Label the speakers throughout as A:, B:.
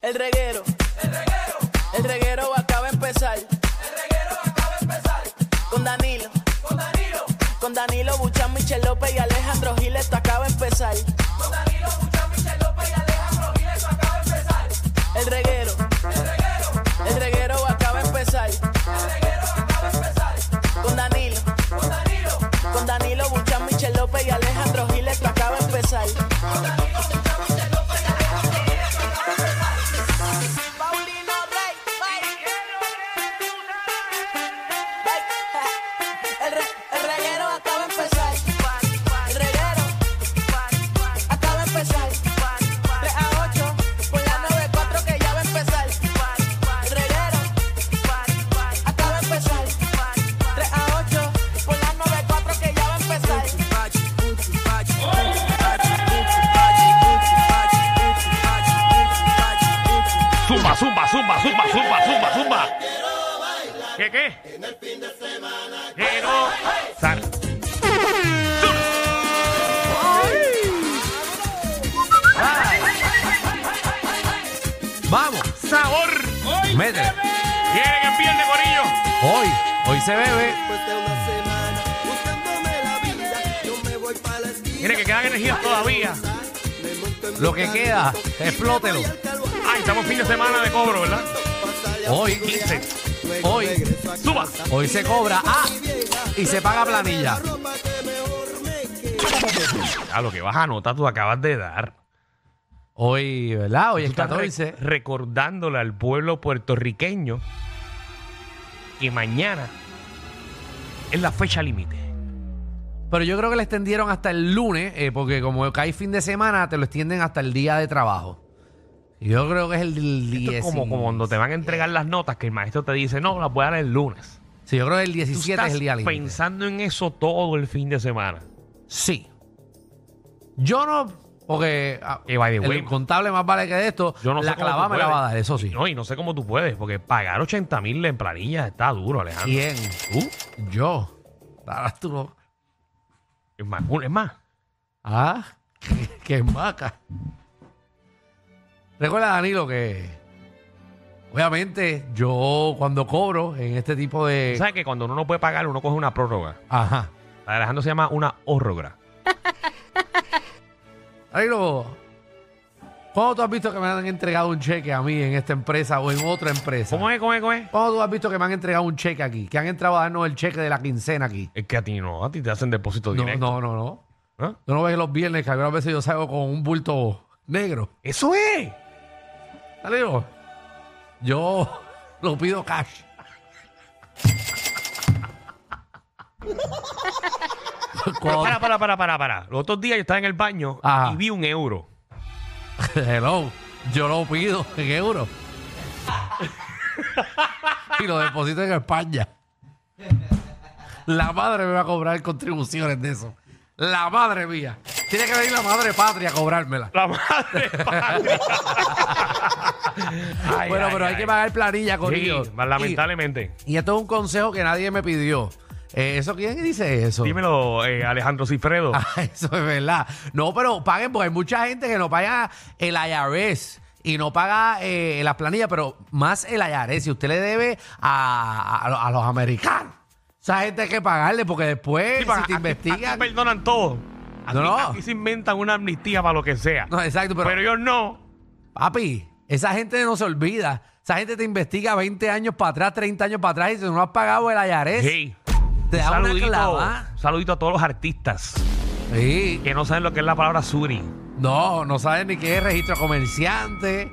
A: El reguero. El reguero acaba de empezar. Con Danilo. Con Danilo Buchan, Michel López y Alejandro Giles, esto acaba de empezar. El reguero. El reguero acaba de empezar. Con Danilo. Con Danilo Buchan, Michel López y Alejandro Giles, esto acaba de empezar. Paulino Rey, El, re- el reguero acaba de empezar. El reguero acaba de empezar. 3 a 8 por la 94 que ya va a empezar. El reguero acaba de empezar. 3 a 8 por la 94 que ya va a empezar.
B: Zumba, zumba, zumba, zumba, zumba, zumba, zumba. ¿Qué, qué? En el fin de semana. Que no. Sal.
C: Vamos,
B: Sabor.
C: métele.
B: Quieren en piel de corillo.
C: Hoy, hoy se bebe.
B: Mire que quedan energías todavía.
C: Lo que queda, explótelo.
B: Ay, estamos fin de semana de cobro, ¿verdad?
C: Hoy,
B: 15.
C: hoy,
B: Suba.
C: hoy se cobra. Ah, y se paga planilla.
B: A lo que vas a anotar, tú acabas de dar.
C: Hoy, ¿verdad? Hoy es
B: Tú estás
C: 14.
B: rec- recordándole al pueblo puertorriqueño que mañana es la fecha límite.
C: Pero yo creo que le extendieron hasta el lunes, eh, porque como cae fin de semana, te lo extienden hasta el día de trabajo. Yo creo que es el
B: Esto
C: 10.
B: es como, como cuando te van a entregar las notas que el maestro te dice, no, las voy a dar el lunes.
C: Sí, yo creo que el
B: Tú
C: 17 es
B: estás
C: el día límite.
B: pensando en eso todo el fin de semana.
C: Sí. Yo no. Porque ah,
B: Eh, by the way,
C: el contable más vale que de esto,
B: Yo no
C: la
B: sé cómo tú
C: clavada me la
B: puedes.
C: va a dar, eso sí.
B: No, y no sé cómo tú puedes, porque pagar 80 mil en planillas está duro, Alejandro.
C: ¿Quién?
B: Tú,
C: Yo. Ahora tú no.
B: es más, un- es más.
C: Ah, qué maca. Recuerda, Danilo, que obviamente yo cuando cobro en este tipo de.
B: ¿Sabes que cuando uno no puede pagar, uno coge una prórroga?
C: Ajá.
B: La de Alejandro se llama una órroga.
C: Danilo, ¿cuándo tú has visto que me han entregado un cheque a mí en esta empresa o en otra empresa?
B: ¿Cómo es, cómo es, cómo es?
C: ¿Cuándo tú has visto que me han entregado un cheque aquí? Que han entrado a darnos el cheque de la quincena aquí.
B: Es que a ti no, a ti te hacen depósito
C: No,
B: directo.
C: no, no, no.
B: ¿Ah?
C: Tú no ves los viernes que algunas veces yo salgo con un bulto negro.
B: Eso es.
C: Danilo, yo lo pido cash.
B: Pero
C: Cuando-
B: para, para, para, para, para. Los otros días yo estaba en el baño
C: Ajá.
B: y vi un euro.
C: Hello, yo lo pido en euros. y lo deposito en España. La madre me va a cobrar contribuciones de eso. La madre mía. Tiene que venir la madre patria a cobrármela.
B: La madre. patria. Ay,
C: bueno,
B: ay,
C: pero hay
B: ay.
C: que pagar planilla con
B: Sí,
C: ellos.
B: más lamentablemente.
C: Y, y esto es un consejo que nadie me pidió. Eh, ¿Eso quién dice eso?
B: Dímelo, eh, Alejandro Cifredo.
C: Ah, Eso es verdad. No, pero paguen, porque hay mucha gente que no paga el IRS y no paga eh, las planillas, pero más el IRS. Si usted le debe a, a- a los americanos, esa gente hay que pagarle, porque después,
B: Sí, pa-
C: si te
B: aquí-
C: investigan.
B: aquí perdonan todo. Aquí,
C: No, no.
B: aquí se inventan una amnistía para lo que sea.
C: Ah. No, exacto, pero,
B: pero, ellos no.
C: papi, esa gente no se olvida. Esa gente te investiga 20 años para atrás, 30 años para atrás, y si no has pagado el IRS,
B: Sí.
C: te
B: Un
C: da una
B: saludito,
C: clava.
B: un saludito a todos los artistas
C: Sí.
B: que no saben lo que es la palabra suri.
C: No, no saben ni qué es registro de comerciante.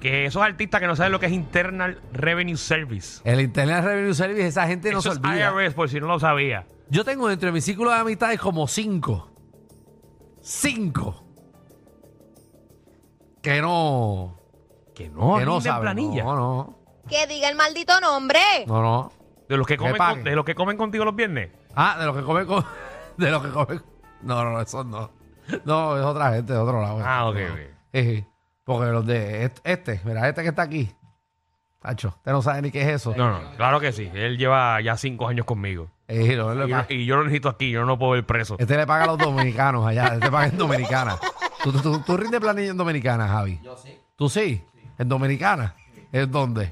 B: Que esos artistas que no saben lo que es Internal Revenue Service.
C: El Internet Revenue Service, esa gente no
B: Eso
C: se
B: es
C: olvida.
B: IRS, por si no lo sabía.
C: Yo tengo dentro de mi círculo de amistades como cinco. Cinco. Que no.
B: Que no,
C: que no
B: rinden
C: saben.
B: planilla.
C: No, no.
D: Que diga el maldito nombre.
C: No, no.
B: De los que
C: Que
B: comen,
C: paguen.
B: con- de los que comen contigo los viernes.
C: Ah, de los que comen con. De los que comen. No, no, no, esos no. No, es otra gente de otro lado.
B: Ah, ok,
C: No.
B: ok.
C: Eje, Porque los de est- este, mira, este que está aquí. Tacho, usted no sabe ni qué es eso.
B: No, no, claro que sí. Él lleva ya cinco años conmigo.
C: Eje, Eh, no, él le
B: Y,
C: paga-
B: y yo lo necesito aquí, yo no puedo ver preso.
C: Este le paga a los dominicanos allá, este paga en Dominicana. ¿Tú, tú, tú- tú rindes planilla en Dominicana, Javi? Yo sí. ¿Tú sí? ¿En Dominicana? ¿Es dónde?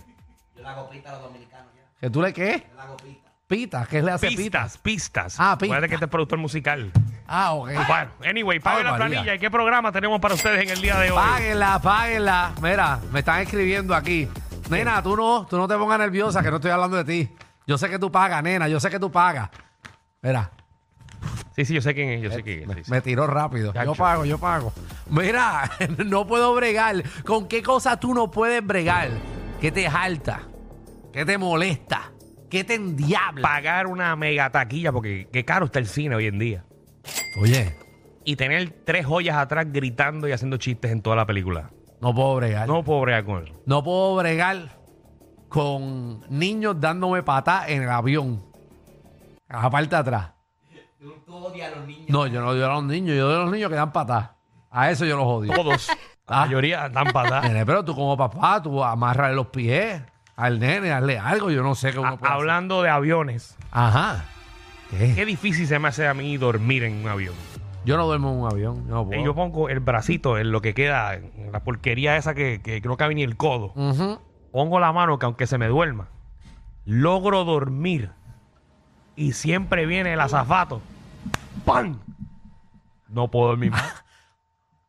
C: Yo le hago pita a los dominicanos ya. ¿Que tú le qué? Yo le hago pita. ¿Pita? ¿Qué le hace pita?
B: Pistas, pistas.
C: Ah,
B: Acuérdate
C: pistas.
B: que este es productor musical.
C: Ah, ok.
B: Bueno, anyway, paguen la
C: Ave María.
B: planilla. ¿Y qué programa tenemos para ustedes en el día de hoy?
C: Páguenla, páguenla. Mira, me están escribiendo aquí. Nena, tú no, tú no te pongas nerviosa que no estoy hablando de ti. Yo sé que tú pagas, nena, yo sé que tú pagas. Mira,
B: Sí, sí, yo sé quién es, yo sé quién es. sí, sí.
C: me tiró rápido. Yo
B: Chacho.
C: pago, yo pago. Mira, no puedo bregar. ¿Con qué cosa tú no puedes bregar? ¿Qué te jalta? ¿Qué te molesta? ¿Qué te endiabla?
B: Pagar una mega taquilla, porque qué caro está el cine hoy en día.
C: Oye,
B: Y tener tres joyas atrás gritando y haciendo chistes en toda la película.
C: no puedo bregar.
B: No puedo bregar con eso.
C: No puedo bregar con niños dándome patas en el avión. Aparte atrás. Tú, odias a los niños. No, yo no odio a los niños. Yo odio a los niños que dan patas. A eso yo los odio.
B: Todos. La
C: Ah.
B: mayoría dan para
C: Nene, pero tú como papá, tú amarras los pies al nene, hazle algo. Yo no sé qué
B: Ah,
C: uno puede hacer.
B: Hablando de aviones,
C: Ajá. ¿Qué?
B: qué difícil se me hace a mí dormir en un avión.
C: Yo no duermo en un avión. Yo no
B: Eh,
C: puedo.
B: Yo pongo el bracito en lo que queda, en la porquería esa que, que no cabe ni el codo.
C: Ujú.
B: Pongo la mano que aunque se me duerma, logro dormir. Y siempre viene el azafato. ¡Pam! No puedo dormir más.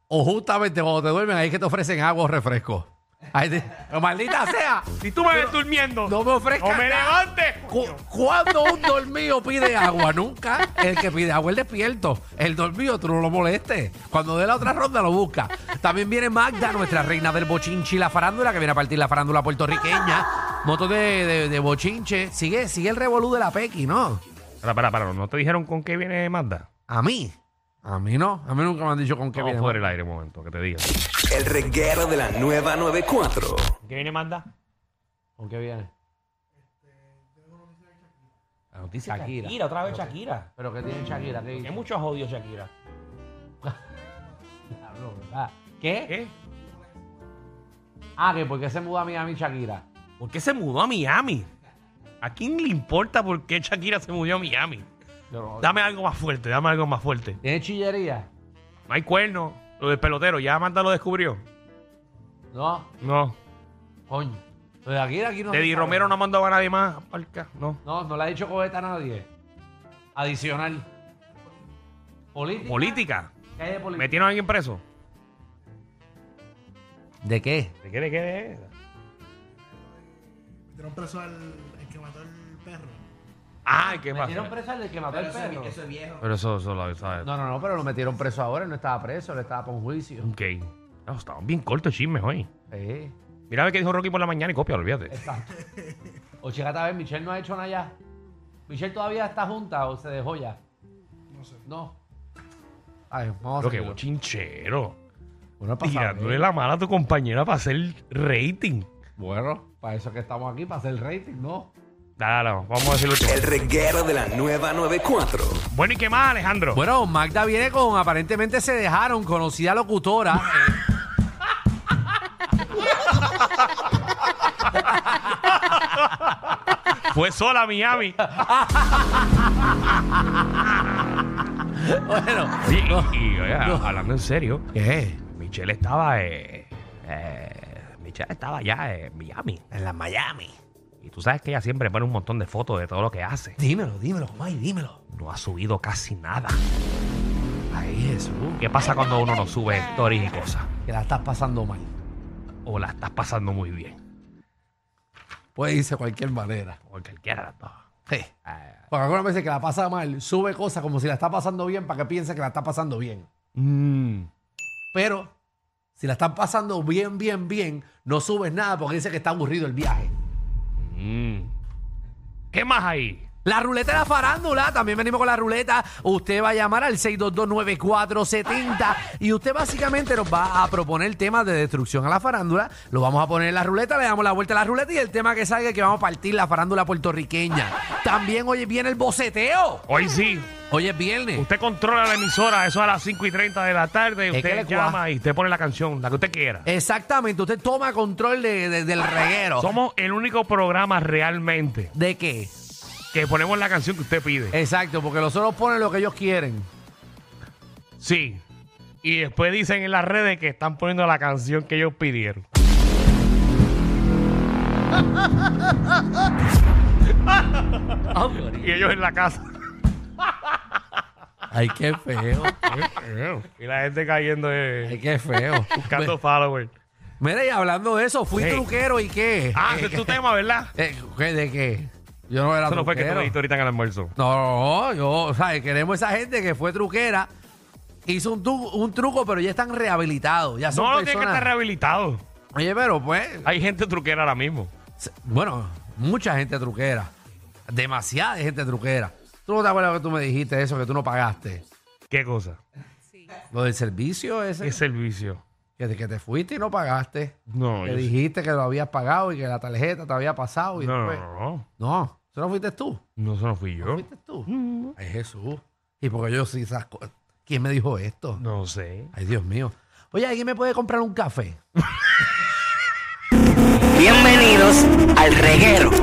C: O justamente cuando te duermen, ahí es que te ofrecen agua o refresco. Ahí te- ¡Maldita sea!
B: si tú me ves durmiendo,
C: No me ofrezcas
B: ¡no me
C: nada.
B: levantes!
C: Cu- ¿Cuándo un dormido pide agua? Nunca. El que pide agua es despierto. El dormido tú no lo molestes. Cuando dé la otra ronda lo busca. También viene Magda, nuestra reina del bochinchi y la farándula, que viene a partir la farándula puertorriqueña. Moto de, de- de bochinche. Sigue, sigue el revolú de la Pequi, ¿no?
B: Para, para, para, ¿no te dijeron con qué viene Magda?
C: A mí. A mí no. A mí nunca me han dicho con qué
B: Vamos
C: viene.
B: fuera el aire un momento, que te diga.
E: El reguero de la nueva 94.
B: ¿Con qué viene Magda?
C: ¿Con qué viene? La noticia Shakira.
B: otra vez Shakira.
C: ¿Pero qué tiene Shakira? ¿Qué
B: Que
C: dice?
B: mucho odio Shakira.
C: Cabrón, ¿verdad? ¿Qué?
B: ¿Qué?
C: Ah, que porque se mudó a Miami Shakira.
B: ¿Por qué se mudó a Miami? ¿A quién le importa por qué Shakira se mudó a Miami?
C: Yo no-
B: Dame algo más fuerte, dame algo más fuerte.
C: ¿Tiene chillería?
B: No hay cuerno, lo del pelotero, ya Amanda lo descubrió.
C: No,
B: No.
C: coño. Lo de aquí, de aquí no. se
B: Teddy
C: sabe.
B: Romero no ha mandado a nadie más para No.
C: No, no le ha dicho cobeta a nadie. Adicional. Política.
B: Política.
C: ¿Qué hay de política?
B: ¿Metieron a alguien preso?
C: ¿De qué?
B: ¿De qué, de qué, de qué?
F: Metieron preso al el que mató al perro.
B: Ah, ¿qué pasa?
C: Metieron preso al que mató al perro.
B: Pero eso, eso lo sabes.
C: No, no, no, pero lo metieron preso ahora, él no estaba preso, él estaba con juicio.
B: Ok. No, estaban bien cortos chismes hoy.
C: Sí,
B: Mira a ver qué dijo Rocky por la mañana y copia, olvídate.
C: exacto. O checate a ver, Michelle no ha hecho nada ya. Michelle todavía está junta o se dejó ya. No sé. No. Ay, vamos a
B: Lo que
C: seguirlo.
B: bochinchero.
C: Bueno, para
B: Tirándole
C: saber.
B: la mala a tu compañera para hacer rating.
C: Bueno, para eso que estamos aquí, para hacer rating, ¿no?
B: Dale, dale, vamos a decirlo tú.
E: El reguero de la nueva 94.
B: Bueno, ¿y qué más, Alejandro?
C: Bueno, Magda viene con aparentemente se dejaron, conocida locutora.
B: Fue sola a Miami.
C: Eh, bueno,
B: Sí, y, y, oiga,
C: no.
B: hablando en serio,
C: ¿qué?
B: Michelle estaba. eh, eh, Michelle estaba allá en Miami.
C: En la Miami.
B: Y tú sabes que ella siempre pone un montón de fotos de todo lo que hace.
C: Dímelo, dímelo, May, dímelo.
B: No ha subido casi nada.
C: Ay, Jesús,
B: ¿Qué pasa cuando uno no sube stories y cosas?
C: que la estás pasando mal.
B: O la estás pasando muy bien.
C: Puede irse de cualquier manera.
B: O cualquiera de las dos.
C: Sí.
B: Eh,
C: Porque algunas veces que la pasa mal, sube cosas como si la está pasando bien para que piense que la está pasando bien.
B: mm,
C: Pero si la están pasando bien, bien, bien, no subes nada porque dice que está aburrido el viaje.
B: mm. ¿Qué más hay?
C: La ruleta de la farándula, también venimos con la ruleta. Usted va a llamar al 6229470 y usted básicamente nos va a proponer temas de destrucción a la farándula. Lo vamos a poner en la ruleta, le damos la vuelta a la ruleta y el tema que salga es que vamos a partir la farándula puertorriqueña. También hoy viene el boceteo.
B: Hoy sí.
C: Hoy es viernes.
B: Usted controla la emisora, eso a las 5 y 30 de la tarde.
C: Es que le
B: Usted
C: cuaja.
B: llama y usted pone la canción, la que usted quiera.
C: Exactamente, usted toma control de- de- del reguero.
B: Somos el único programa realmente
C: ¿De qué?
B: que ponemos la canción que usted pide.
C: Exacto, porque los otros ponen lo que ellos quieren.
B: Sí. Y después dicen en las redes que están poniendo la canción que ellos pidieron. Y ellos en la casa.
C: Ay, qué feo.
B: y la gente cayendo
C: Ay,
B: de.
C: qué feo.
B: Buscando followers.
C: Mira, y hablando de eso, fui
B: Hey.
C: truquero y qué.
B: Ah, ese es tu tema, ¿verdad?
C: Eh, ¿qué- ¿De qué? Yo no era
B: Eso no fue que tú
C: truquero.
B: me dijiste ahorita en el almuerzo.
C: No, yo, o sea, queremos esa gente que fue truquera, hizo un, tu- un truco, pero ya están rehabilitados. Ya son
B: No, no tiene que
C: personas.
B: estar rehabilitado.
C: Oye, pero pues,
B: Hay gente truquera ahora mismo.
C: se- bueno, mucha gente truquera. Demasiada gente truquera. ¿Tú no te acuerdas que tú me dijiste eso, que tú no pagaste?
B: ¿Qué cosa?
C: Lo del servicio ese,
B: ¿Qué servicio?
C: Que, te- que te fuiste y no pagaste.
B: No,
C: que
B: yo-
C: dijiste que lo habías pagado y que la tarjeta te había pasado y
B: no, no,
C: después...
B: no, no.
C: No, eso no fuiste tú.
B: No, eso no fui yo.
C: ¿Fuiste tú? Ay, Jesús. Y porque yo sí esas cosas. ¿Quién me dijo esto?
B: No sé.
C: Ay, Dios mío. Oye, ¿alguien me puede comprar un café?
A: Bienvenidos al reguero.